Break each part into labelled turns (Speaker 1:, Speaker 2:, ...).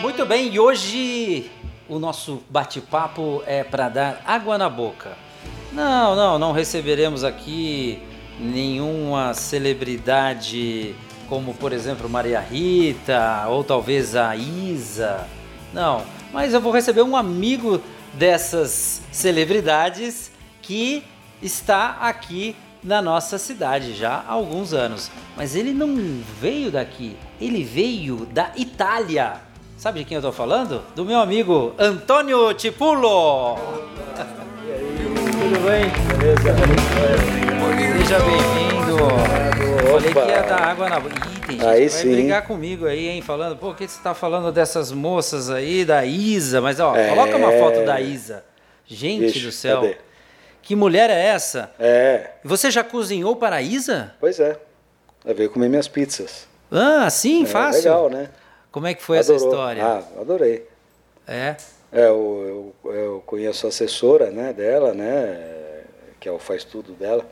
Speaker 1: Muito bem, e hoje o nosso bate-papo é para dar água na boca. Não, não, não receberemos aqui nenhuma celebridade como, por exemplo, Maria Rita ou talvez a Isa. Não, mas eu vou receber um amigo dessas celebridades que está aqui na nossa cidade já há alguns anos. Mas ele não veio daqui, ele veio da Itália. Sabe de quem eu estou falando? Do meu amigo Antônio Tipulo. Tudo bem? Beleza. Seja bem-vindo. Eu Falei que ia dar água na boca. Ih, tem gente
Speaker 2: Aí
Speaker 1: que vai
Speaker 2: sim.
Speaker 1: brigar comigo aí, hein? Falando, pô, o que você está falando dessas moças aí, da Isa? Mas, ó,
Speaker 2: É.
Speaker 1: coloca uma foto da Isa. Gente
Speaker 2: Ixi,
Speaker 1: do céu.
Speaker 2: cadê?
Speaker 1: Que mulher é essa?
Speaker 2: É,
Speaker 1: Você já cozinhou para a Isa?
Speaker 2: pois é. Ela veio comer minhas pizzas.
Speaker 1: Ah, sim,
Speaker 2: É,
Speaker 1: fácil.
Speaker 2: legal, né?
Speaker 1: Como é que foi essa
Speaker 2: Adorou.
Speaker 1: história?
Speaker 2: Ah, adorei.
Speaker 1: É.
Speaker 2: É, eu, eu, eu conheço a assessora né, dela, né? Que é o faz tudo dela.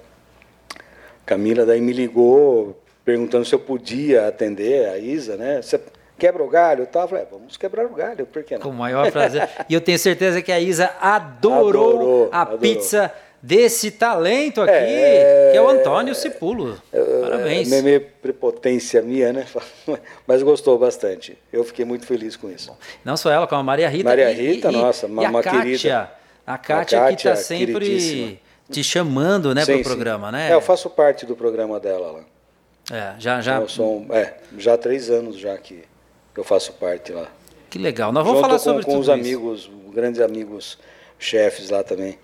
Speaker 2: Camila daí me ligou perguntando se eu podia atender a Isa, né? Você quebra o galho e tal? Eu falei, "É, vamos quebrar o galho, por que não?
Speaker 1: Com o maior prazer. e eu tenho certeza que a Isa adorou,
Speaker 2: Adorou,
Speaker 1: a
Speaker 2: adorou.
Speaker 1: pizza desse talento aqui,
Speaker 2: É,
Speaker 1: que é o Antônio Cipulo.
Speaker 2: É,
Speaker 1: Parabéns.
Speaker 2: É, meio prepotência minha, né? Mas gostou bastante. Eu fiquei muito feliz com isso.
Speaker 1: Não só ela, como a Maria Rita.
Speaker 2: Maria Rita, nossa,
Speaker 1: e
Speaker 2: uma-
Speaker 1: a
Speaker 2: uma
Speaker 1: Kátia,
Speaker 2: querida.
Speaker 1: A Kátia, que está
Speaker 2: Kátia,
Speaker 1: sempre
Speaker 2: queridíssima.
Speaker 1: te chamando né,
Speaker 2: Sim,
Speaker 1: para o
Speaker 2: sim.
Speaker 1: programa, né?
Speaker 2: É, eu faço parte do programa dela lá.
Speaker 1: É, já, já.
Speaker 2: Eu sou um- é, já há três anos já que eu faço parte lá.
Speaker 1: Que legal. Nós vamos
Speaker 2: Junto
Speaker 1: falar
Speaker 2: com,
Speaker 1: sobre
Speaker 2: com
Speaker 1: tudo
Speaker 2: os
Speaker 1: isso.
Speaker 2: amigos, grandes amigos chefes lá também.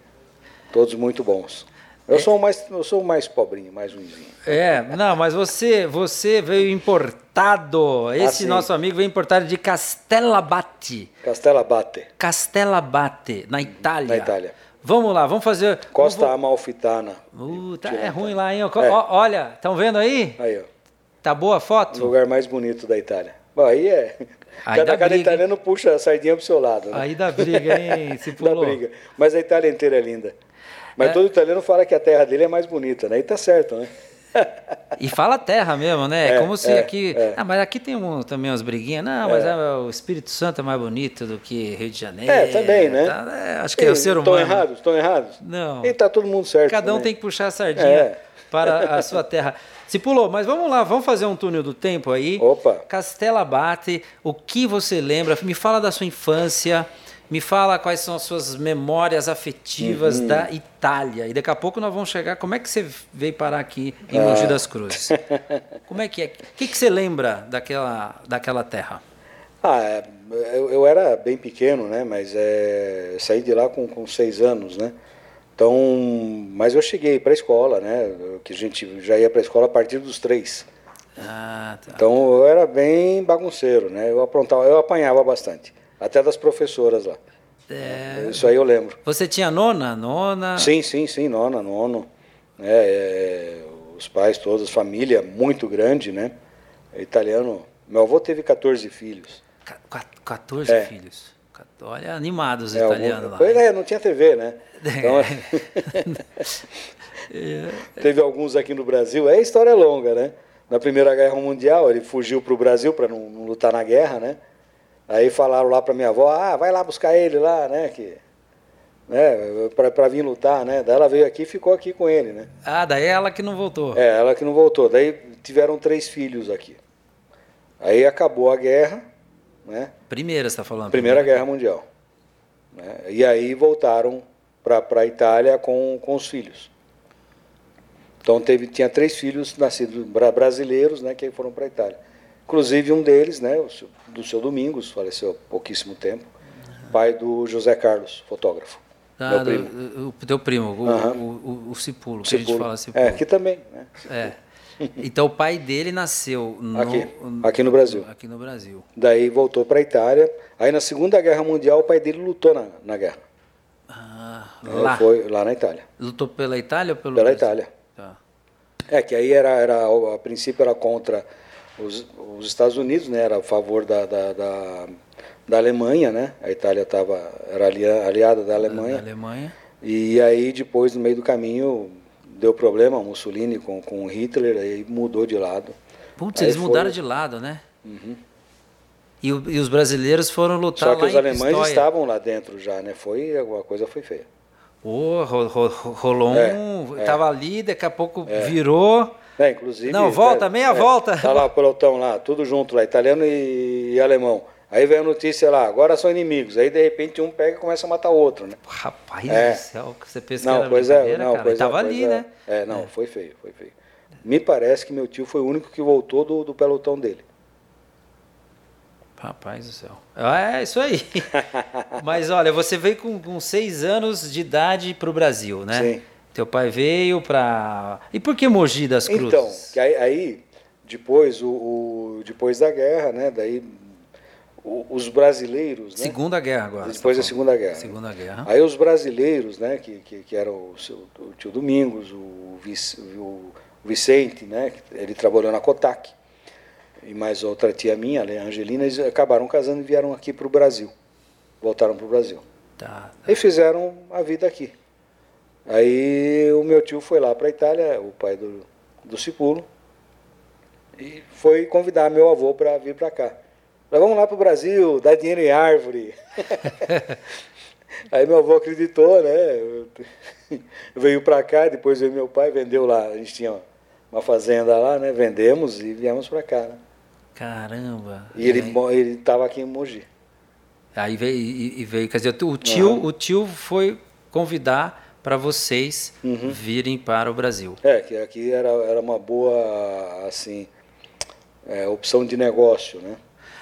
Speaker 2: Todos muito bons. Eu sou o mais, eu sou o mais pobrinho, mais ruimzinho.
Speaker 1: É, não, mas você, você veio importado. Esse
Speaker 2: Ah, sim.
Speaker 1: nosso amigo veio importado de Castellabate.
Speaker 2: Castela Bate,
Speaker 1: Castellabate, na Itália.
Speaker 2: Na Itália.
Speaker 1: Vamos lá, vamos fazer.
Speaker 2: Costa Amalfitana.
Speaker 1: Uh, tá,
Speaker 2: Tirando.
Speaker 1: é ruim lá, hein? Ó,
Speaker 2: É.
Speaker 1: ó, olha, estão vendo aí?
Speaker 2: Aí, ó.
Speaker 1: Tá boa a
Speaker 2: O
Speaker 1: foto?
Speaker 2: lugar mais bonito da Itália. Bom, aí é.
Speaker 1: Aí dá
Speaker 2: cada cada
Speaker 1: briga, hein?
Speaker 2: italiano puxa a sardinha pro seu lado. Né?
Speaker 1: Aí dá briga, hein? Se
Speaker 2: da
Speaker 1: pulou.
Speaker 2: briga. Mas a Itália inteira é linda. Mas
Speaker 1: É.
Speaker 2: todo italiano fala que a terra dele é mais bonita, né? E tá certo, né?
Speaker 1: E fala terra mesmo, né? É,
Speaker 2: É,
Speaker 1: como se
Speaker 2: é,
Speaker 1: aqui.
Speaker 2: é.
Speaker 1: Ah, mas aqui tem um, também umas briguinhas. Não, mas ah, o Espírito Santo é mais bonito do que Rio de Janeiro.
Speaker 2: É, também, né?
Speaker 1: tá? É, acho que é o
Speaker 2: Ei, então
Speaker 1: ser humano.
Speaker 2: Estão errados? Estão errados?
Speaker 1: Não.
Speaker 2: E tá todo mundo certo.
Speaker 1: Cada um
Speaker 2: também.
Speaker 1: tem que puxar a sardinha
Speaker 2: É.
Speaker 1: para a sua terra. Se pulou, mas vamos lá, vamos fazer um túnel do tempo aí.
Speaker 2: Opa.
Speaker 1: Castela Bate, o que você lembra? Me fala da sua infância, me fala quais são as suas memórias afetivas
Speaker 2: Uhum.
Speaker 1: da Itália. E daqui a pouco nós vamos chegar. Como é que você veio parar aqui
Speaker 2: Ah.
Speaker 1: em Mogi das Cruzes? Como é que é? O que, que você lembra daquela, daquela terra?
Speaker 2: Ah, é, eu, eu era bem pequeno, né? Mas é, eu saí de lá com, com seis anos, né? Então, mas eu cheguei para a escola, né? Que a gente já ia para a escola a partir dos três.
Speaker 1: Ah, tá.
Speaker 2: Então eu era bem bagunceiro, né? Eu aprontava, eu apanhava bastante, até das professoras lá.
Speaker 1: É.
Speaker 2: Isso aí eu lembro.
Speaker 1: Você tinha nona? Nona?
Speaker 2: Sim, sim, sim, nona, nono. né, é, os pais todos, família muito grande, né? Italiano. Meu avô teve 14 filhos.
Speaker 1: Ca- qua- 14
Speaker 2: É.
Speaker 1: filhos. Ca- Olha, animados os
Speaker 2: né,
Speaker 1: italianos
Speaker 2: algum-
Speaker 1: lá.
Speaker 2: Pois é, não tinha TV, né? Então,
Speaker 1: É.
Speaker 2: teve alguns aqui no Brasil. É a história é longa, né? Na Primeira Guerra Mundial, ele fugiu para o Brasil para não, não lutar na guerra, né? Aí falaram lá para minha avó, ah, vai lá buscar ele lá, né? Que, né? Para vir lutar, né? Daí ela veio aqui e ficou aqui com ele, né?
Speaker 1: Ah, daí ela que não voltou.
Speaker 2: É, ela que não voltou. Daí tiveram três filhos aqui. Aí acabou a guerra, né?
Speaker 1: Primeira, você está falando.
Speaker 2: Primeira Guerra Mundial. né? E aí voltaram para a Itália com, com os filhos. Então teve, tinha três filhos nascidos bra- brasileiros né, que foram para a Itália. Inclusive um deles, né, o seu- do seu Domingos, faleceu há pouquíssimo tempo, pai do José Carlos, fotógrafo.
Speaker 1: Ah,
Speaker 2: meu
Speaker 1: do-
Speaker 2: primo.
Speaker 1: O, o teu primo, o,
Speaker 2: Aham.
Speaker 1: o, o, o Cipulo, que a gente
Speaker 2: Cipulo.
Speaker 1: fala Cipulo.
Speaker 2: é, aqui também. Né?
Speaker 1: É. Então o pai dele nasceu no,
Speaker 2: Aqui, aqui no Brasil.
Speaker 1: Aqui no Brasil.
Speaker 2: Daí voltou para a Itália. Aí na Segunda Guerra Mundial o pai dele lutou na, na guerra.
Speaker 1: Ah,
Speaker 2: Ele
Speaker 1: lá.
Speaker 2: Foi lá na Itália.
Speaker 1: Lutou pela Itália ou pelo
Speaker 2: Pela
Speaker 1: Brasil?
Speaker 2: Itália.
Speaker 1: Tá.
Speaker 2: É, que aí era, era a princípio era contra os, os Estados Unidos, né? Era a favor da, da, da, da Alemanha, né? A Itália tava, era alia- aliada da
Speaker 1: Na
Speaker 2: Alemanha.
Speaker 1: Alemanha.
Speaker 2: E aí depois, no meio do caminho, deu problema Mussolini com, com Hitler, aí mudou de lado.
Speaker 1: Putz,
Speaker 2: Aí
Speaker 1: eles
Speaker 2: foi- Uhum.
Speaker 1: mudaram de lado, né? E, o- e os brasileiros foram lutar
Speaker 2: Só que
Speaker 1: Tá lá
Speaker 2: os
Speaker 1: em
Speaker 2: alemães
Speaker 1: Pistoia.
Speaker 2: estavam lá dentro já, né? Foi, alguma coisa foi feia.
Speaker 1: Ô, ro- ro- ro- rolou
Speaker 2: É,
Speaker 1: um,
Speaker 2: é.
Speaker 1: tava ali, daqui a pouco virou.
Speaker 2: É, inclusive.
Speaker 1: Não, volta,
Speaker 2: né,
Speaker 1: meia volta.
Speaker 2: Tá lá o pelotão lá, tudo junto lá, italiano e, e alemão. Aí vem a notícia lá, agora são inimigos. Aí de repente um pega e começa a matar o outro, né?
Speaker 1: Rapaz
Speaker 2: É.
Speaker 1: do céu, que você pensa que
Speaker 2: Não,
Speaker 1: era
Speaker 2: pois é,
Speaker 1: brincadeira,
Speaker 2: não,
Speaker 1: cara.
Speaker 2: pois
Speaker 1: E tava
Speaker 2: é,
Speaker 1: ali,
Speaker 2: pois é.
Speaker 1: né?
Speaker 2: É, não, foi feio, foi feio. Me parece que meu tio foi o único que voltou do, do pelotão dele.
Speaker 1: Rapaz do céu. É, isso aí. Mas olha, você veio com, com seis anos de idade pro Brasil, né?
Speaker 2: Sim.
Speaker 1: Teu pai veio pra. E por que Mogi das Cruzes?
Speaker 2: Então, que aí, aí, depois, o, o- depois da guerra, né? Daí o- os brasileiros, né?
Speaker 1: Segunda Guerra agora. você
Speaker 2: Depois
Speaker 1: tá falando.
Speaker 2: da Segunda Guerra.
Speaker 1: Segunda Guerra.
Speaker 2: Aí os brasileiros, né, que, que, que eram o, seu- o tio Domingos, o, Vic- o Vicente, né, que ele trabalhou na Kotak, e mais outra tia minha, a Angelina, eles acabaram casando e vieram aqui para o Brasil, voltaram para o Brasil.
Speaker 1: Tá.
Speaker 2: E fizeram a vida aqui. Aí o meu tio foi lá para a Itália, o pai do, do Cipulo, e foi convidar meu avô para vir para cá. Nós vamos lá para o Brasil, dar dinheiro em árvore. Aí meu avô acreditou, né? Veio para cá, depois veio meu pai, vendeu lá. A gente tinha uma fazenda lá, né? Vendemos e viemos para cá. né?
Speaker 1: Caramba.
Speaker 2: E ele
Speaker 1: Aí-
Speaker 2: mo- ele estava aqui em Mogi.
Speaker 1: Aí veio, e e veio, quer dizer, o tio, o tio foi convidar para vocês
Speaker 2: Uhum.
Speaker 1: virem para o Brasil.
Speaker 2: É, que aqui era, era uma boa, assim, é, opção de negócio, né?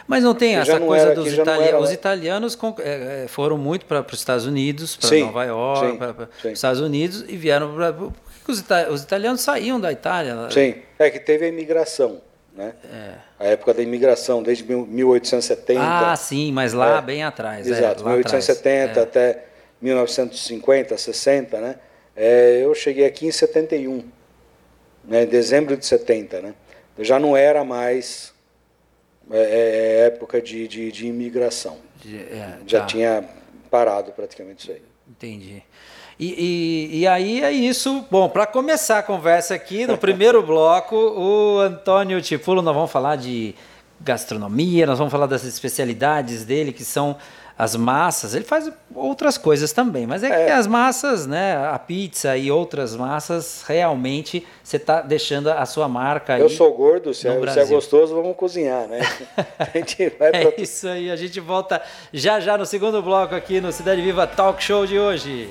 Speaker 1: Mas não tem
Speaker 2: Que já
Speaker 1: essa
Speaker 2: não
Speaker 1: coisa
Speaker 2: era-
Speaker 1: dos
Speaker 2: que já não
Speaker 1: italianos.
Speaker 2: era-
Speaker 1: Os italianos con- é, é, foram muito para os Estados Unidos, para
Speaker 2: Sim,
Speaker 1: Nova York,
Speaker 2: sim,
Speaker 1: para os
Speaker 2: sim.
Speaker 1: Estados Unidos e vieram para. Por que que os, ita- os italianos saíam da Itália?
Speaker 2: Sim, é que teve a imigração, né? A época da imigração, desde mil- 1870.
Speaker 1: É. Ah, sim, mas lá
Speaker 2: É.
Speaker 1: bem atrás.
Speaker 2: Exato,
Speaker 1: é, lá
Speaker 2: 1870
Speaker 1: atrás.
Speaker 2: até 1950, 60, né? É, eu cheguei aqui em 71, né? em dezembro de 70, né? Eu já não era mais é, é, época de, de, de imigração.
Speaker 1: É, de- é,
Speaker 2: Já
Speaker 1: tá.
Speaker 2: tinha parado praticamente isso aí.
Speaker 1: Entendi. E, e- e aí é isso. Bom, para começar a conversa aqui, no primeiro bloco, o Antônio Tipulo, nós vamos falar de gastronomia, nós vamos falar das especialidades dele, que são as massas. Ele faz outras coisas também, mas é, que as massas, né? A pizza e outras massas, realmente você está deixando a sua marca aí.
Speaker 2: Eu sou gordo, se
Speaker 1: no
Speaker 2: é, se é
Speaker 1: Brasil.
Speaker 2: gostoso, vamos cozinhar, né? A gente vai pra
Speaker 1: É isso aí, a gente volta já já no segundo bloco aqui no Cidade Viva Talk Show de hoje.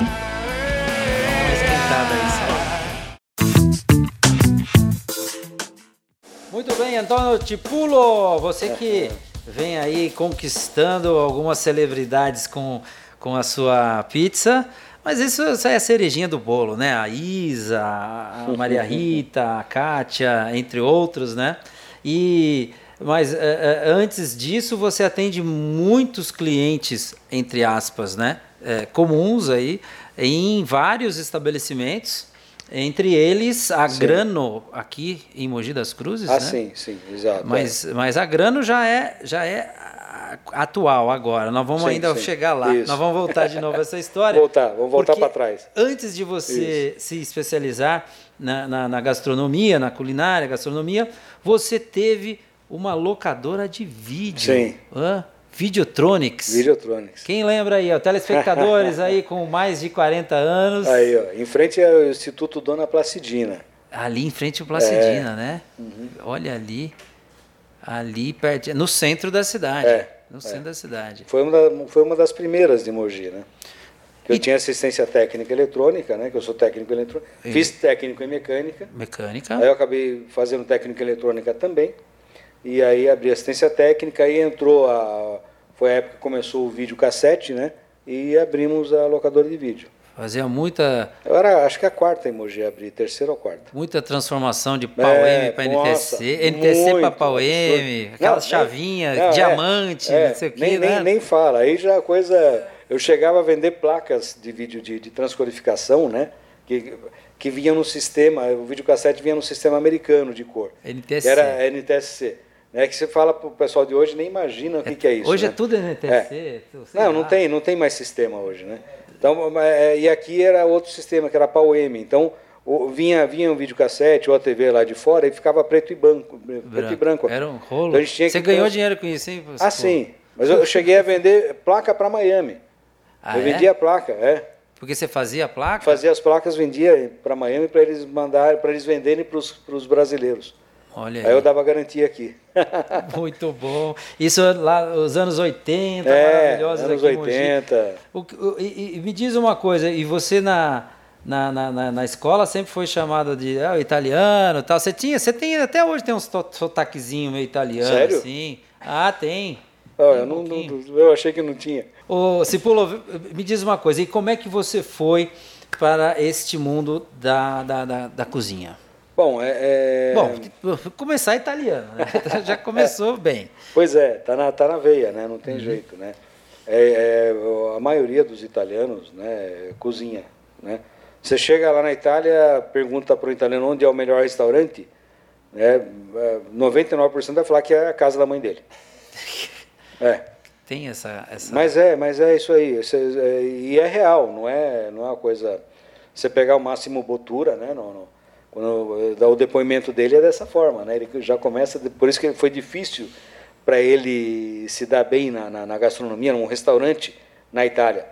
Speaker 1: Dá uma esquentada aí, só. Muito bem, Antônio Tipulo, você que vem aí conquistando algumas celebridades com, com a sua pizza, mas isso, isso é a cerejinha do bolo, né? A Isa, a Maria Rita, a Kátia, entre outros, né? E mas é, é, antes disso você atende muitos clientes, entre aspas, né? É, comuns aí em vários estabelecimentos, entre eles a Grano aqui em Mogi das Cruzes,
Speaker 2: Ah,
Speaker 1: né?
Speaker 2: sim, sim, exato.
Speaker 1: Mas, mas a Grano já é, já é a- atual agora. Nós vamos
Speaker 2: Sim,
Speaker 1: ainda
Speaker 2: sim.
Speaker 1: chegar lá.
Speaker 2: Isso.
Speaker 1: Nós vamos voltar de novo a essa história.
Speaker 2: Voltar, vamos voltar
Speaker 1: porque
Speaker 2: pra trás.
Speaker 1: Antes de você se especializar na, na- na gastronomia, na culinária, gastronomia, você teve uma locadora de vídeo.
Speaker 2: Sim.
Speaker 1: Hã? Videotronics.
Speaker 2: Videotronics.
Speaker 1: Quem lembra aí? ó, telespectadores aí com mais de 40 anos.
Speaker 2: Aí, ó, em frente é o Instituto Dona Placidina.
Speaker 1: Ali em frente ao
Speaker 2: É.
Speaker 1: Placidina, né?
Speaker 2: Uhum.
Speaker 1: Olha ali. Ali perto. No centro da cidade.
Speaker 2: É,
Speaker 1: No centro da cidade.
Speaker 2: Foi uma, da- foi uma das primeiras de Mogi, né? Que eu
Speaker 1: E-
Speaker 2: tinha assistência técnica eletrônica, né? Que eu sou técnico eletrônico. Fiz técnico em mecânica.
Speaker 1: Mecânica.
Speaker 2: Aí eu acabei fazendo técnica eletrônica também. E aí abri assistência técnica aí entrou a. Foi a época que começou o vídeo cassete, né? E abrimos a locadora de vídeo.
Speaker 1: Fazia muita,
Speaker 2: Eu era, acho que a quarta emoji abri, terceira ou quarta.
Speaker 1: muita transformação de pau
Speaker 2: É,
Speaker 1: M para
Speaker 2: nossa,
Speaker 1: NTC. NTC para
Speaker 2: muito
Speaker 1: pau M.
Speaker 2: absurdo.
Speaker 1: Aquelas
Speaker 2: Não,
Speaker 1: chavinhas,
Speaker 2: não, é,
Speaker 1: diamante,
Speaker 2: é,
Speaker 1: não sei o que,
Speaker 2: nem,
Speaker 1: né?
Speaker 2: nem, nem fala, aí já a coisa... Eu chegava a vender placas de vídeo de, de transcodificação, né? Que, que vinha no sistema, o videocassete vinha no sistema americano de cor.
Speaker 1: NTSC.
Speaker 2: Que era é, NTSC. Né? Que você fala pro pessoal de hoje, nem imagina o que, que é isso.
Speaker 1: Hoje
Speaker 2: né?
Speaker 1: é tudo assim, NTC. tu- sei
Speaker 2: Não, não
Speaker 1: lá.
Speaker 2: tem, né? é, não tem mais sistema hoje, né? Então, é, e aqui era outro sistema, que era a PAU-M. Então, o- ou vinha, vinha um videocassete ou a TV lá de fora e ficava preto e branco. Preto
Speaker 1: Branco.
Speaker 2: e branco.
Speaker 1: Era um rolo.
Speaker 2: Então a gente tinha
Speaker 1: Você
Speaker 2: que
Speaker 1: ganhou
Speaker 2: trans-
Speaker 1: dinheiro com isso, hein?
Speaker 2: Ah, sim. Mas eu, eu cheguei a vender placa para Miami.
Speaker 1: Ah,
Speaker 2: eu
Speaker 1: é?
Speaker 2: vendia placa, é.
Speaker 1: Porque você fazia a placa?
Speaker 2: Fazia as placas, vendia para Miami para eles mandarem, para eles venderem para os brasileiros.
Speaker 1: Olha
Speaker 2: Aí eu dava garantia aqui.
Speaker 1: Muito bom. Isso lá, os anos 80,
Speaker 2: é,
Speaker 1: maravilhosos
Speaker 2: anos
Speaker 1: aqui em Mogi.
Speaker 2: 80.
Speaker 1: O que- o- e, e me diz uma coisa, e você na, na, na, na- na escola sempre foi chamado de ah, o italiano e tal. Você tinha, você tem, até hoje tem uns to- sotaquezinho meio italiano,
Speaker 2: Sério?
Speaker 1: assim. Ah, tem.
Speaker 2: Ah,
Speaker 1: Tem
Speaker 2: eu,
Speaker 1: um
Speaker 2: não- não-
Speaker 1: pouquinho.
Speaker 2: eu achei que não tinha.
Speaker 1: Ô, Cipulo, me diz uma coisa, e como é que você foi para este mundo da, da, da, da cozinha?
Speaker 2: Bom, é, é-
Speaker 1: Bom, começar italiano, né? Já começou bem.
Speaker 2: Pois é, tá na, tá na veia, né? Não tem
Speaker 1: Uhum.
Speaker 2: jeito, né? É, é, a maioria dos italianos, né, cozinha, né? Você chega lá na Itália, pergunta para o italiano onde é o melhor restaurante, né? é, 99% vai falar que é a casa da mãe dele. É,
Speaker 1: Tem essa. essa...
Speaker 2: mas é, mas é isso aí. Isso é- é- e é real, não é, não é uma coisa. Você pegar o Máximo Botura, né? No, no- quando dá o depoimento dele é dessa forma, né? Ele já começa, de- por isso que foi difícil para ele se dar bem na, na, na gastronomia, num restaurante na Itália.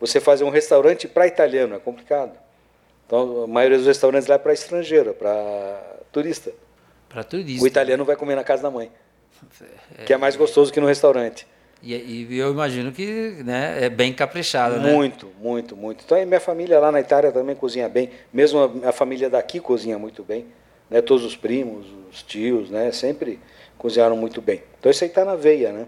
Speaker 2: Você fazer um restaurante para italiano é complicado. Então, a maioria dos restaurantes lá é para estrangeiro, para turista.
Speaker 1: Para tudo isso.
Speaker 2: O italiano vai comer na casa da mãe, que é mais gostoso que no restaurante.
Speaker 1: E, e eu imagino que né, é bem caprichado, né?
Speaker 2: Muito, muito, muito. Então, e minha família lá na Itália também cozinha bem. Mesmo a, a família daqui cozinha muito bem. Né? Todos os primos, os tios, né? Sempre cozinharam muito bem. Então, isso aí está na veia, né?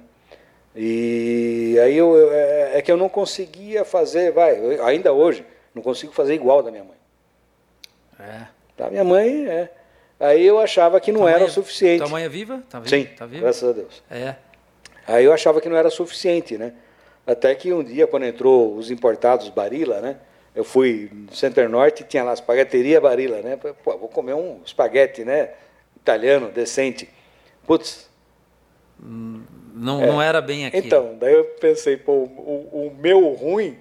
Speaker 2: E aí eu, eu- é, é que eu não conseguia fazer, vai, eu- ainda hoje, não consigo fazer igual da minha mãe.
Speaker 1: É.
Speaker 2: Tá? Minha mãe, é. Aí eu achava que não
Speaker 1: Tua
Speaker 2: era
Speaker 1: mãe
Speaker 2: o
Speaker 1: é-
Speaker 2: suficiente.
Speaker 1: Tua mãe é viva? Tá viva?
Speaker 2: Sim,
Speaker 1: Tá viva?
Speaker 2: graças a Deus.
Speaker 1: É.
Speaker 2: Aí eu achava que não era suficiente, né? Até que um dia, quando entrou os importados Barilla, né? Eu fui no Center Norte e tinha lá a espagueteria Barilla, né? Falei, Pô, vou comer um espaguete, né? Italiano, decente. Putz,
Speaker 1: Não, não era bem aqui.
Speaker 2: É. então, daí eu pensei, pô, o, o- o meu ruim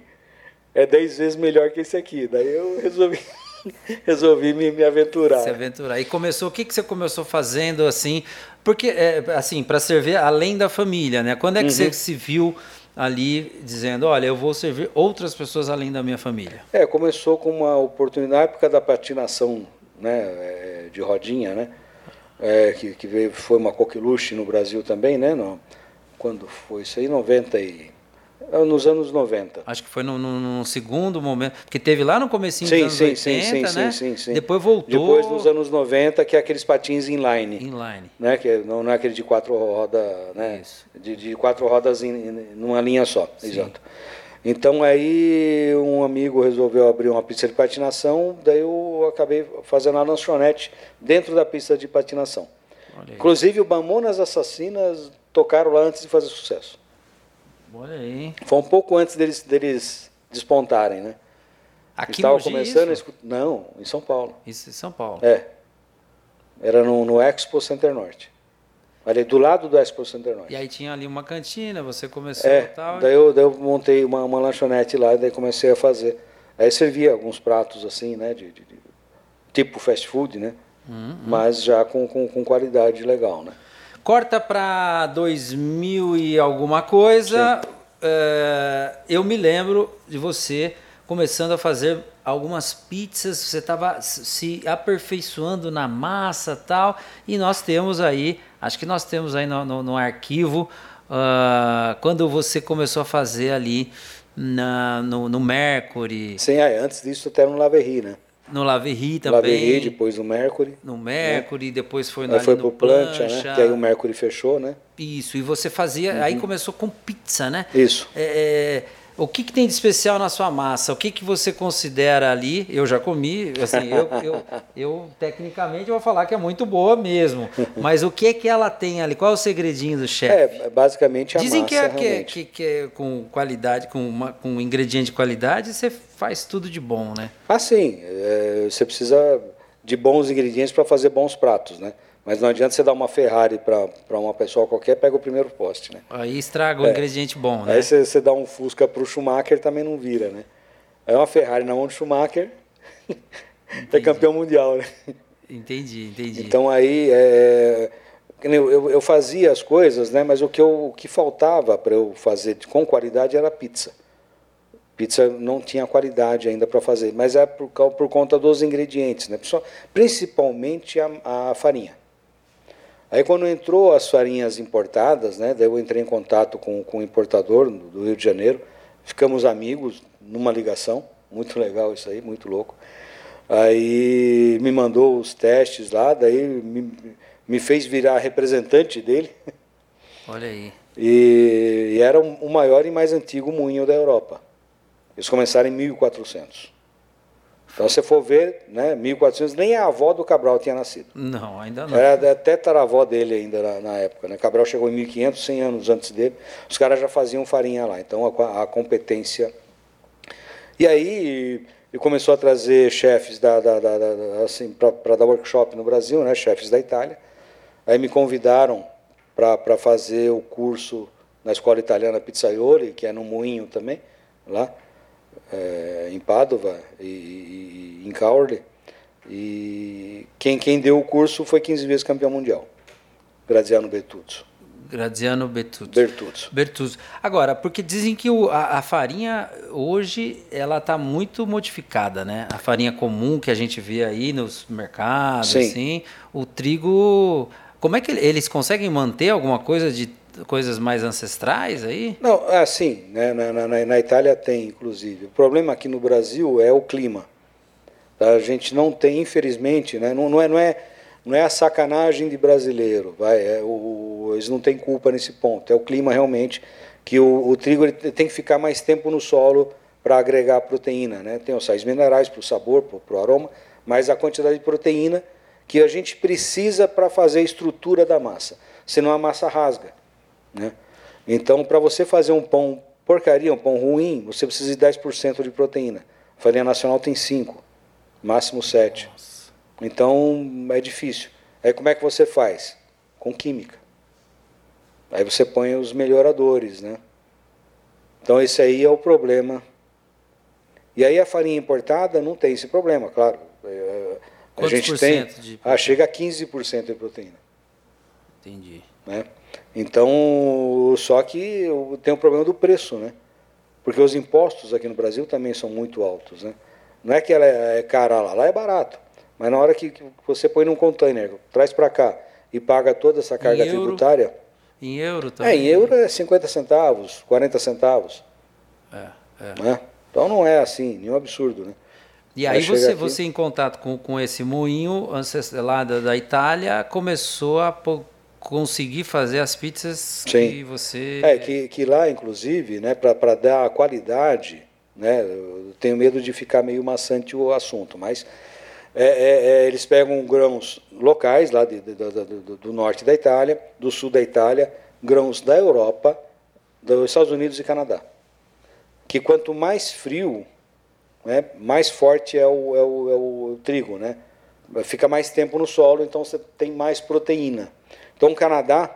Speaker 2: é 10 vezes melhor que esse aqui. Daí eu resolvi, resolvi me, me aventurar.
Speaker 1: Se aventurar. E começou, o que, que você começou fazendo assim? Porque, é, assim, para servir além da família, né? Quando é que
Speaker 2: Uhum.
Speaker 1: você se viu ali dizendo, olha, eu vou servir outras pessoas além da minha família?
Speaker 2: É, começou com uma oportunidade, na época da patinação né, é, de rodinha, né? é, que, que veio, foi uma coqueluche no Brasil também, né? Não, quando foi isso aí? 90 e... é, Nos anos 90.
Speaker 1: Acho que foi num, num- num segundo momento, porque teve lá no comecinho
Speaker 2: Sim,
Speaker 1: dos anos
Speaker 2: sim,
Speaker 1: 80,
Speaker 2: sim, sim,
Speaker 1: né?
Speaker 2: sim, sim, sim.
Speaker 1: Depois voltou
Speaker 2: Depois, nos anos 90, que é aqueles patins inline.
Speaker 1: inline.
Speaker 2: né? Que não, não é aquele de quatro rodas, né?
Speaker 1: Isso.
Speaker 2: De, de quatro rodas em, em- numa linha só, exato. Então aí um amigo resolveu abrir uma pista de patinação, daí eu acabei fazendo a lanchonete dentro da pista de patinação.
Speaker 1: Olha aí.
Speaker 2: Inclusive o Mamonas Assassinas tocaram lá antes de fazer sucesso.
Speaker 1: Olha aí. hein?
Speaker 2: Foi um pouco antes deles, deles despontarem, né?
Speaker 1: Aqui em
Speaker 2: Estava
Speaker 1: Mogi,
Speaker 2: começando, a
Speaker 1: isso?
Speaker 2: escu- não, em São Paulo.
Speaker 1: Isso em São Paulo.
Speaker 2: É. Era no, no Expo Center Norte. Ali do lado do Expo Center Norte.
Speaker 1: E aí tinha ali uma cantina, você começou
Speaker 2: É,
Speaker 1: e tal.
Speaker 2: daí eu, daí eu montei uma, uma lanchonete lá, daí comecei a fazer. Aí servia alguns pratos assim, né? De, de- de- tipo fast food, né?
Speaker 1: Uhum.
Speaker 2: Mas já com, com, com qualidade legal, né?
Speaker 1: Corta pra 2000 e alguma coisa. é, eu me lembro de você começando a fazer algumas pizzas, você estava se aperfeiçoando na massa tal. E nós temos aí, acho que nós temos aí no, no- no arquivo, ah, quando você começou a fazer ali na- no, no Mercury,
Speaker 2: Sem aí, antes disso até no Laverri, né?
Speaker 1: no Laverri também.
Speaker 2: Laverri, depois no Mercury.
Speaker 1: no Mercury, depois foi na
Speaker 2: É. Aí foi
Speaker 1: no
Speaker 2: pro plancha, né? Que aí o Uhum.
Speaker 1: Plancha.
Speaker 2: Mercury fechou, né?
Speaker 1: Isso, e você fazia, aí começou com pizza, né?
Speaker 2: Isso.
Speaker 1: É, é, o que, que tem de especial na sua massa? O que, que você considera ali? Eu já comi, assim, eu, eu, eu tecnicamente eu vou falar que é muito boa mesmo. Mas o que que ela tem ali? Qual é o segredinho do chefe?
Speaker 2: É, basicamente a
Speaker 1: Dizem que é,
Speaker 2: massa,
Speaker 1: que, é-
Speaker 2: realmente.
Speaker 1: que, que é com qualidade, com, uma, com um ingrediente de qualidade, você faz tudo de bom, né?
Speaker 2: Ah, sim. é, você precisa de bons ingredientes para fazer bons pratos, né? Mas não adianta você dar uma Ferrari para uma pessoa qualquer, pega o primeiro poste, né?
Speaker 1: Aí estraga um ingrediente bom, né?
Speaker 2: Aí você, você dá um Fusca pro Schumacher, também não vira, né? É uma Ferrari na mão do Schumacher. é campeão mundial, né?
Speaker 1: Entendi, entendi.
Speaker 2: Então aí é, eu, eu, eu fazia as coisas, né? Mas o que, eu, o que faltava para eu fazer com qualidade era pizza. Pizza não tinha qualidade ainda para fazer, mas é por, cau- por conta dos ingredientes, né? Pessoal, Principalmente a, a farinha. Aí quando entrou as farinhas importadas, né? Daí eu entrei em contato com, com o importador do do Rio de Janeiro, ficamos amigos numa ligação, muito legal isso aí, muito louco. Aí me mandou os testes lá, daí me, me fez virar representante dele.
Speaker 1: Olha aí.
Speaker 2: E, e era o maior e mais antigo moinho da Europa. Eles começaram em 1400. Então, se você for ver, né, 1400, nem a avó do Cabral tinha nascido.
Speaker 1: Não, ainda não.
Speaker 2: Era da tetaravó dele ainda na, na época. Né? Cabral chegou em 1500, 100 anos antes dele. Os caras já faziam farinha lá. Então, a co- a, competência. E aí, ele começou a trazer chefes da, da, da, da- da- assim, para dar workshop no Brasil, né? chefes da Itália. Aí me convidaram para fazer o curso na escola italiana Pizzaioli, que é no Moinho também, lá eh, em Padova e, e- e em Caorle. E quem, quem deu o curso foi 15 vezes campeão mundial, Graziano Bertuzzo.
Speaker 1: Graziano Bertuzzo.
Speaker 2: Bertuzzo.
Speaker 1: Bertuzzo. Agora, porque dizem que o- a, a farinha hoje ela está muito modificada, né? A farinha comum que a gente vê aí nos mercados,
Speaker 2: Sim.
Speaker 1: assim, o trigo. Como é que ele- eles conseguem manter alguma coisa de coisas mais ancestrais aí?
Speaker 2: Não, assim, né, na, na- na- na Itália tem, inclusive. O problema aqui no Brasil é o clima. Tá? A gente não tem, infelizmente, né, não, não é, não, é, não é a sacanagem de brasileiro, vai, é o- eles não têm culpa nesse ponto. É o clima realmente, que o, o trigo ele tem que ficar mais tempo no solo para agregar proteína. Né? Tem os sais minerais para o sabor, para o aroma, mas a quantidade de proteína que a gente precisa para fazer a estrutura da massa, senão a massa rasga. né? Então, para você fazer um pão porcaria, um pão ruim, você precisa de 10% de proteína. A farinha nacional tem 5, máximo 7. Então, é difícil. Aí como é que você faz? Com química. Aí você põe os melhoradores, né? Então, esse aí é o problema. E aí a farinha importada não tem esse problema, claro. É, A
Speaker 1: Quantos
Speaker 2: gente
Speaker 1: por
Speaker 2: tem,
Speaker 1: cento de
Speaker 2: ah, chega a 15% de proteína
Speaker 1: Entendi.
Speaker 2: né? Então, só que o- tem o problema do preço, né? Porque os impostos aqui no Brasil também são muito altos, né? Não é que ela é é cara lá, lá é barato. Mas na hora que que você põe num container, traz para cá e paga toda essa carga
Speaker 1: euro
Speaker 2: tributária,
Speaker 1: Em euro também.
Speaker 2: é, em euro é 50 centavos, 40 centavos,
Speaker 1: É, é.
Speaker 2: né? Então não é assim, nenhum absurdo, né?
Speaker 1: E
Speaker 2: Vai
Speaker 1: aí
Speaker 2: chegar
Speaker 1: você,
Speaker 2: aqui.
Speaker 1: você em contato com, com esse moinho ancestral lá da, da Itália começou a po- conseguir fazer as pizzas
Speaker 2: Sim.
Speaker 1: que você
Speaker 2: É, que, que lá, inclusive, né, para dar a qualidade, né, eu tenho medo de ficar meio maçante o assunto, mas é, é, é, eles pegam grãos locais, lá de- de- do, do- do norte da Itália, do sul da Itália, grãos da Europa, dos Estados Unidos e Canadá. Que quanto mais frio, né, mais forte é o, é o- é o trigo, né? Fica mais tempo no solo, então você tem mais proteína. Então o Canadá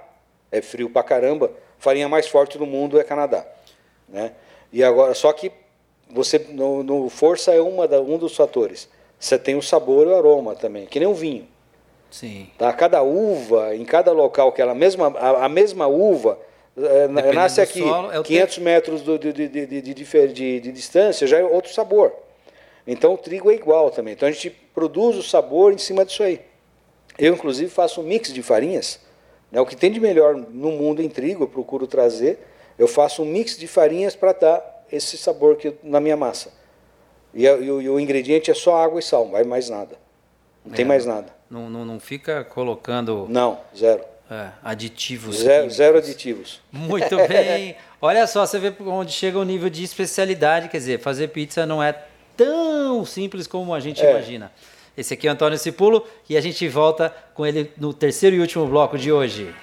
Speaker 2: é frio pra caramba, farinha mais forte do mundo é Canadá, né? E agora, só que você no, no- força é uma da- um dos fatores. Você tem o sabor e o aroma também, que nem o vinho.
Speaker 1: Sim.
Speaker 2: Tá? Cada uva, em cada local que ela mesma, a, a mesma uva eh, na-
Speaker 1: Dependendo
Speaker 2: nasce
Speaker 1: do
Speaker 2: aqui
Speaker 1: solo, é o
Speaker 2: 500 metros do- de, de, de, de, de difer- de- de distância, já é outro sabor. Então o trigo é igual também. Então a gente produz o sabor em cima disso aí. Eu, inclusive, faço um mix de farinhas. Né? O que tem de melhor no mundo em trigo, eu procuro trazer. Eu faço um mix de farinhas para dar esse sabor que, na minha massa. E, a- e o, e o ingrediente é só água e sal, não vai mais nada. Não
Speaker 1: É.
Speaker 2: tem mais nada.
Speaker 1: Não, não, não fica colocando
Speaker 2: Não, zero.
Speaker 1: é, aditivos.
Speaker 2: Zero,
Speaker 1: químicos.
Speaker 2: zero aditivos.
Speaker 1: Muito bem. Olha só, você vê onde chega o nível de especialidade. Quer dizer, fazer pizza não é tão simples como a gente imagina. Esse aqui é o Antônio Cipulo e a gente volta com ele no terceiro e último bloco de hoje.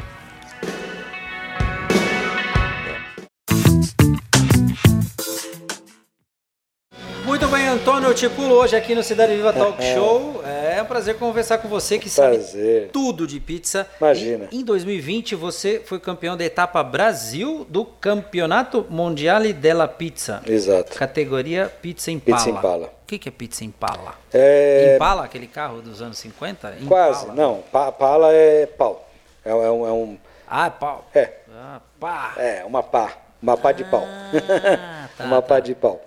Speaker 1: Muito bem, Antônio Tipulo, hoje aqui no Cidade Viva Talk Show. É um prazer conversar com você que
Speaker 2: Prazer.
Speaker 1: sabe tudo de pizza.
Speaker 2: Imagina.
Speaker 1: E, em 2020 você foi campeão da etapa Brasil do Campeonato Mondiale della Pizza.
Speaker 2: Exato.
Speaker 1: Categoria Pizza Impala.
Speaker 2: Pizza Impala.
Speaker 1: O que que é Pizza Impala?
Speaker 2: É,
Speaker 1: Impala, aquele carro dos anos 50? Impala.
Speaker 2: quase, não. Pa- pala é pau. É, um- é um- é um.
Speaker 1: Ah, pau.
Speaker 2: É,
Speaker 1: Ah, pá.
Speaker 2: é uma pá. Uma pá de pau.
Speaker 1: Ah, tá,
Speaker 2: uma pá de pau.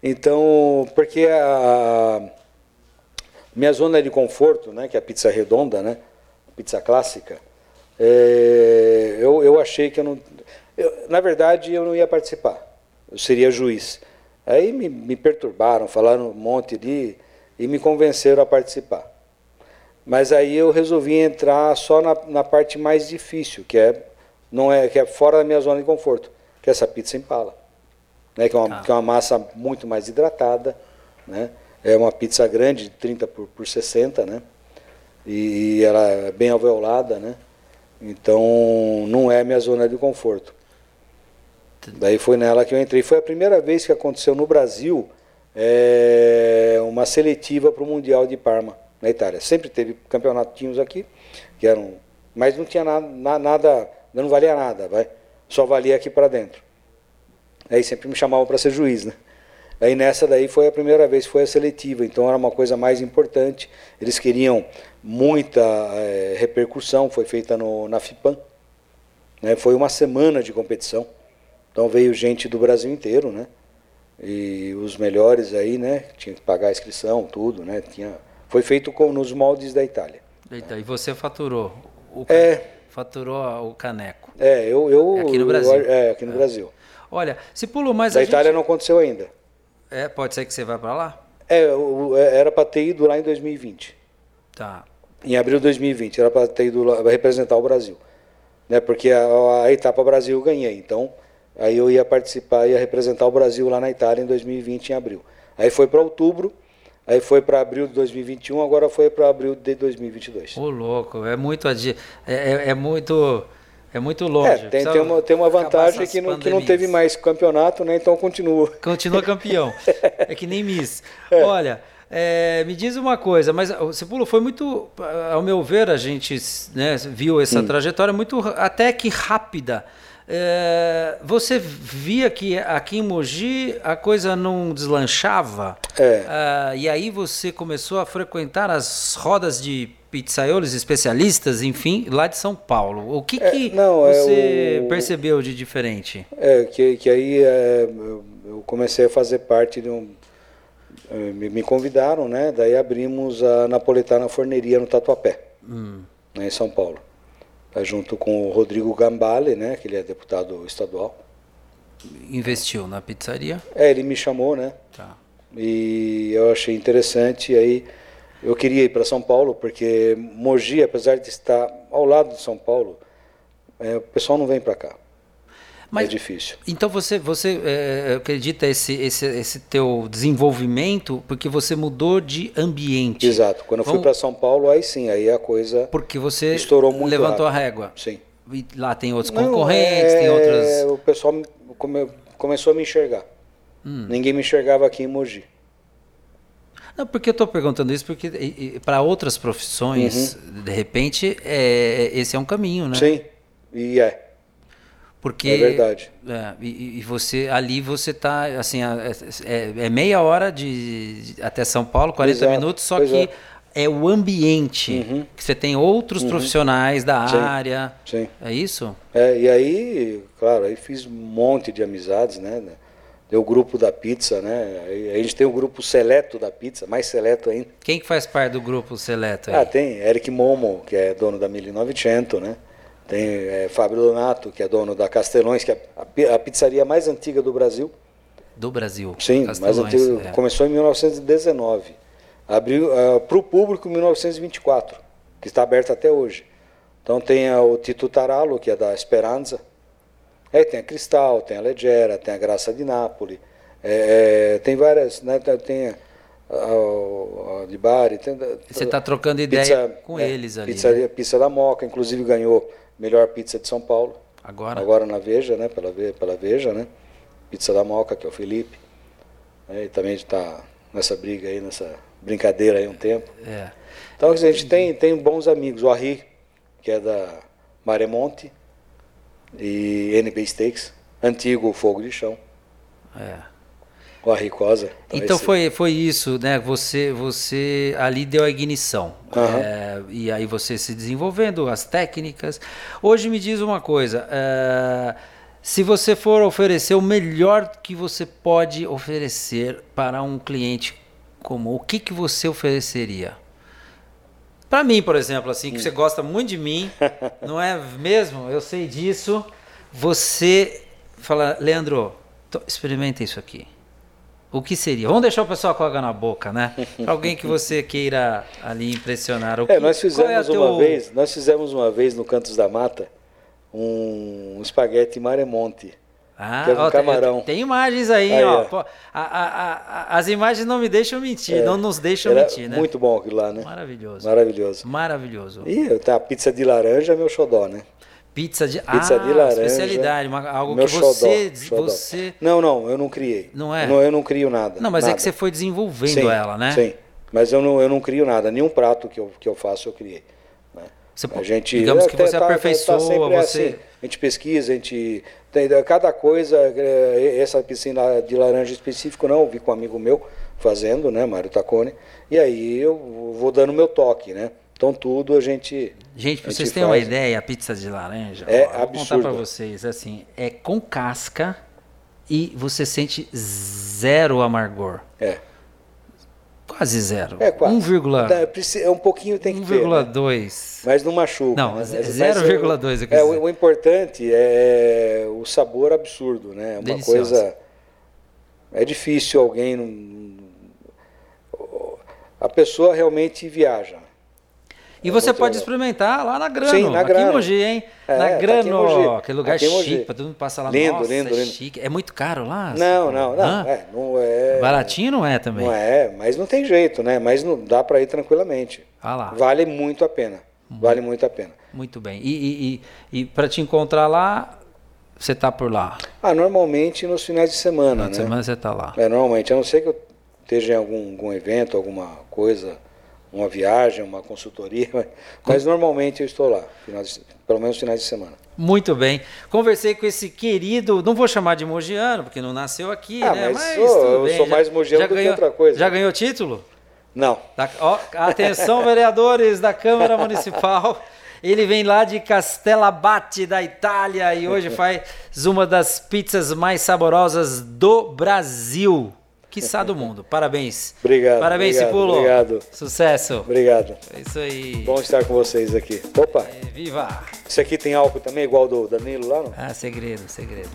Speaker 2: Então, porque a minha zona de conforto, né, que é a pizza redonda, né, pizza clássica, é, eu, eu achei que eu não, eu- na verdade eu não ia participar, eu seria juiz. Aí me, me perturbaram, falaram um monte de e me convenceram a participar. Mas aí eu resolvi entrar só na, na parte mais difícil, que é não é que é fora da minha zona de conforto, que é essa pizza impala, né? Que é uma, que é uma massa muito mais hidratada, né? É uma pizza grande, de 30 por, por 60, né? E, ela é bem alveolada, né? Então não é a minha zona de conforto. Daí foi nela que eu entrei. Foi a primeira vez que aconteceu no Brasil eh, uma seletiva para o Mundial de Parma, na Itália. Sempre teve campeonatinhos aqui, que eram, mas não tinha nada, na- nada não valia nada, vai. só valia aqui para dentro. Aí sempre me chamavam para ser juiz, né? Aí nessa daí foi a primeira vez, foi a seletiva, então era uma coisa mais importante. Eles queriam muita eh, repercussão, foi feita no, na FIPAM. né? Foi uma semana de competição. Então veio gente do Brasil inteiro, né? E os melhores aí, né? Tinha que pagar a inscrição, tudo, né? Tinha... Foi feito com, nos moldes da Itália.
Speaker 1: Eita, e você faturou. O
Speaker 2: É.
Speaker 1: Faturou o caneco.
Speaker 2: É, eu. eu
Speaker 1: É aqui no Brasil.
Speaker 2: eu- é, aqui no Brasil.
Speaker 1: Olha, se pulou mais
Speaker 2: Da
Speaker 1: a
Speaker 2: Itália
Speaker 1: gente...
Speaker 2: não aconteceu ainda.
Speaker 1: É, pode ser que você vá pra lá?
Speaker 2: É, o- é, era para ter ido lá em 2020.
Speaker 1: Tá.
Speaker 2: Em abril de 2020, era para ter ido lá pra representar o Brasil. Né? Porque a, a etapa Brasil eu ganhei. Então, aí eu ia participar, ia representar o Brasil lá na Itália em 2020, em abril. Aí foi para outubro, aí foi para abril de 2021, agora foi para abril de 2022.
Speaker 1: Ô, louco, é muito adi... é, é- é muito é muito longe.
Speaker 2: É, tem,
Speaker 1: Precisa
Speaker 2: tem uma, tem uma
Speaker 1: acabar
Speaker 2: vantagem
Speaker 1: essas
Speaker 2: que não, que não
Speaker 1: pandemias.
Speaker 2: teve mais campeonato, né? Então continua.
Speaker 1: Continua campeão. é que nem Miss. Olha, é, me diz uma coisa, mas ah, o Cipulo foi muito, ah, ao meu ver, a gente né, viu essa trajetória muito ra- até que rápida. É, você via que aqui em Mogi a coisa não deslanchava?
Speaker 2: É.
Speaker 1: Ah, e aí você começou a frequentar as rodas de pizzaiolos especialistas, enfim, lá de São Paulo. O que, que
Speaker 2: não, é
Speaker 1: você
Speaker 2: o-
Speaker 1: percebeu de diferente?
Speaker 2: É, que, que aí é, eu eu comecei a fazer parte de um. eh, Me, me convidaram, né? Daí abrimos a Napoletana Forneria no Tatuapé,
Speaker 1: Hum.
Speaker 2: né, em São Paulo. Tá junto com o Rodrigo Gambale, né? Que ele é deputado estadual.
Speaker 1: Investiu na pizzaria?
Speaker 2: É, ele me chamou, né?
Speaker 1: Tá.
Speaker 2: E eu achei interessante. E aí eu queria ir para São Paulo, porque Mogi, apesar de estar ao lado de São Paulo, eh, o pessoal não vem para cá.
Speaker 1: Mas-
Speaker 2: É difícil.
Speaker 1: Então você, você é, acredita esse, esse, esse teu desenvolvimento porque você mudou de ambiente?
Speaker 2: Exato. Quando eu fui
Speaker 1: Vamos-
Speaker 2: para São Paulo, aí sim, aí a coisa
Speaker 1: Porque você
Speaker 2: estourou muito.
Speaker 1: levantou
Speaker 2: rápido.
Speaker 1: a régua.
Speaker 2: Sim.
Speaker 1: E lá tem outros
Speaker 2: Não,
Speaker 1: concorrentes,
Speaker 2: é,
Speaker 1: tem outras.
Speaker 2: O pessoal me- come- começou a me enxergar.
Speaker 1: Hum.
Speaker 2: Ninguém me enxergava aqui em Mogi.
Speaker 1: Não, porque eu estou perguntando isso porque para outras profissões,
Speaker 2: Uhum.
Speaker 1: de repente, é, esse é um caminho, né?
Speaker 2: Sim. E é.
Speaker 1: Porque
Speaker 2: É verdade.
Speaker 1: é, e, e você ali você tá assim a- é, é meia hora de, de- até São Paulo, 40
Speaker 2: Exato,
Speaker 1: minutos, só
Speaker 2: pois Uhum.
Speaker 1: que é. o ambiente que você tem outros profissionais da
Speaker 2: Sim,
Speaker 1: área.
Speaker 2: sim.
Speaker 1: É isso?
Speaker 2: É, e aí, claro, aí fiz um monte de amizades, né? Deu o grupo da pizza, né? Aí, aí a gente tem o grupo seleto da pizza, mais seleto ainda.
Speaker 1: Quem que faz parte do grupo seleto aí?
Speaker 2: Ah, tem Eric Momo, que é dono da 1900, né? Tem eh, Fábio Donato, que é dono da Castelões, que é a pi- a pizzaria mais antiga do Brasil.
Speaker 1: do Brasil.
Speaker 2: Sim, mas
Speaker 1: Castelões,
Speaker 2: antigo,
Speaker 1: é.
Speaker 2: começou em 1919. Abriu para o público em 1924, que está aberto até hoje. Então tem ah, o Tito Taralo, que é da Esperanza. Aí tem a Cristal, tem a Leggera, tem a Graça de Nápoles. É, é, tem várias, né? Tem- Tem a, a, a de Bari. Tem,
Speaker 1: Você tá trocando ideia com eles ali, né?
Speaker 2: é, Pizzaria, Pizza da Moca, inclusive ganhou melhor pizza de São Paulo.
Speaker 1: né? Agora,
Speaker 2: Agora na Veja, né? Pela, Ve- pela Veja, né? Pizza da Moca, que é o Felipe. né, E também está nessa tá briga aí, nessa, brincadeira aí um tempo.
Speaker 1: É.
Speaker 2: Então, quer dizer, a gente tem, tem bons amigos. O Arri, que é da Maremonte, e NB Steaks, antigo Fogo de Chão.
Speaker 1: é.
Speaker 2: O Arri Cosa.
Speaker 1: Então
Speaker 2: esse-
Speaker 1: foi, foi isso, né? Você, você ali deu a ignição.
Speaker 2: Aham.
Speaker 1: É, e aí você se desenvolvendo, as técnicas. Hoje me diz uma coisa: é, se você for oferecer o melhor que você pode oferecer para um cliente comum, o que, que você ofereceria? Para mim, por exemplo, assim,
Speaker 2: Hum.
Speaker 1: que você gosta muito de mim, não é mesmo? Eu sei disso. Você fala, Leandro, to- experimenta isso aqui. O que seria? Vamos deixar o pessoal com água na boca, né? Pra alguém que você queira ali impressionar. O
Speaker 2: É,
Speaker 1: que-
Speaker 2: nós
Speaker 1: qual é a
Speaker 2: fizemos
Speaker 1: teu-
Speaker 2: uma vez, nós fizemos uma vez no Cantos da Mata um espaguete Maremonte.
Speaker 1: Ah,
Speaker 2: que é um
Speaker 1: ó, tem-
Speaker 2: camarão.
Speaker 1: Tem, imagens aí,
Speaker 2: Aí,
Speaker 1: ó.
Speaker 2: ó. É.
Speaker 1: Pô, a- a- a- as imagens não me deixam mentir, não nos deixam
Speaker 2: Era
Speaker 1: mentir, né?
Speaker 2: muito bom aquilo lá, né?
Speaker 1: Maravilhoso.
Speaker 2: Maravilhoso.
Speaker 1: Maravilhoso.
Speaker 2: E tá, a pizza de laranja é meu xodó, né?
Speaker 1: Pizza de,
Speaker 2: Pizza
Speaker 1: ah,
Speaker 2: de laranja.
Speaker 1: especialidade, uma- algo
Speaker 2: meu
Speaker 1: que você,
Speaker 2: xodó, xodó.
Speaker 1: você
Speaker 2: Não, não, eu não criei.
Speaker 1: É. Não é?
Speaker 2: Não, eu não crio nada.
Speaker 1: Não, mas é
Speaker 2: nada.
Speaker 1: que você foi desenvolvendo
Speaker 2: Sim,
Speaker 1: ela, né?
Speaker 2: Sim, mas eu não, eu não crio nada. Nenhum prato que eu, que eu faço eu criei. né?
Speaker 1: Você,
Speaker 2: A gente,
Speaker 1: digamos
Speaker 2: é,
Speaker 1: que
Speaker 2: tá-
Speaker 1: você
Speaker 2: tá- tá- tá
Speaker 1: aperfeiçoa,
Speaker 2: sempre
Speaker 1: você.
Speaker 2: assim. a gente pesquisa, a gente tem cada coisa, é, essa piscina de laranja específico não, eu vi com um amigo meu fazendo, né, Mário Tacone, e aí eu vou dando meu toque, né? Então tudo a gente
Speaker 1: Gente, pra
Speaker 2: A gente
Speaker 1: vocês terem uma
Speaker 2: faz.
Speaker 1: ideia, a pizza de laranja,
Speaker 2: É
Speaker 1: eu vou contar pra
Speaker 2: absurda.
Speaker 1: vocês, assim, é com casca e você sente zero amargor.
Speaker 2: é,
Speaker 1: Quase zero.
Speaker 2: é quase.
Speaker 1: 1,2.
Speaker 2: Dá- preci- é um pouquinho tem que ter, né? mas não machuca.
Speaker 1: Não,
Speaker 2: né?
Speaker 1: ze-
Speaker 2: Mas- mas
Speaker 1: 0,2 eu quis
Speaker 2: é,
Speaker 1: dizer.
Speaker 2: o, o importante é o sabor absurdo, né? Uma
Speaker 1: Deliciosa.
Speaker 2: coisa é difícil alguém não- a pessoa realmente viaja.
Speaker 1: E você
Speaker 2: muito
Speaker 1: pode
Speaker 2: legal.
Speaker 1: experimentar lá na Grano,
Speaker 2: é. Sim, na
Speaker 1: aqui em
Speaker 2: Grano.
Speaker 1: Mogi, hein?
Speaker 2: É,
Speaker 1: na
Speaker 2: tá aqui em
Speaker 1: Grano,
Speaker 2: Mogi.
Speaker 1: aquele lugar
Speaker 2: Aqui em Mogi.
Speaker 1: chique, pra todo mundo passar lá.
Speaker 2: Lindo,
Speaker 1: Nossa,
Speaker 2: lindo,
Speaker 1: é
Speaker 2: lindo.
Speaker 1: chique. É muito caro lá?
Speaker 2: Não, não,
Speaker 1: Hã?
Speaker 2: não. É, não é.
Speaker 1: Baratinho não é também.
Speaker 2: Não é, mas não tem jeito, né? Mas não dá para ir tranquilamente.
Speaker 1: Ah Hum. lá.
Speaker 2: Vale muito a pena. Vale muito a pena.
Speaker 1: Muito bem. E, para te encontrar lá, você tá por lá.
Speaker 2: Ah, normalmente nos finais de semana,
Speaker 1: Na
Speaker 2: né?
Speaker 1: semana você tá lá.
Speaker 2: É, normalmente, a não ser que eu esteja em algum, algum evento, alguma coisa, uma viagem, uma consultoria, mas, mas normalmente eu estou lá, finais de- pelo menos finais de semana.
Speaker 1: Muito bem. Conversei com esse querido, não vou chamar de mogiano, porque não nasceu aqui,
Speaker 2: Ah,
Speaker 1: né?
Speaker 2: mas sou-
Speaker 1: tudo
Speaker 2: eu
Speaker 1: bem,
Speaker 2: sou mais mogiano do que
Speaker 1: ganhou,
Speaker 2: outra coisa.
Speaker 1: Já ganhou título?
Speaker 2: Não,
Speaker 1: Da- ó, atenção, vereadores da Câmara Municipal. Ele vem lá de Castellabate, da Itália, e hoje faz uma das pizzas mais saborosas do Brasil. Quiçá do mundo. Parabéns.
Speaker 2: Obrigado,
Speaker 1: Parabéns,
Speaker 2: obrigado,
Speaker 1: Cipulo.
Speaker 2: obrigado.
Speaker 1: Sucesso.
Speaker 2: obrigado.
Speaker 1: É isso aí.
Speaker 2: Bom estar com vocês aqui. Opa,
Speaker 1: É, Viva!
Speaker 2: isso aqui tem álcool também, igual do Danilo lá, não?
Speaker 1: Ah, segredo, segredo.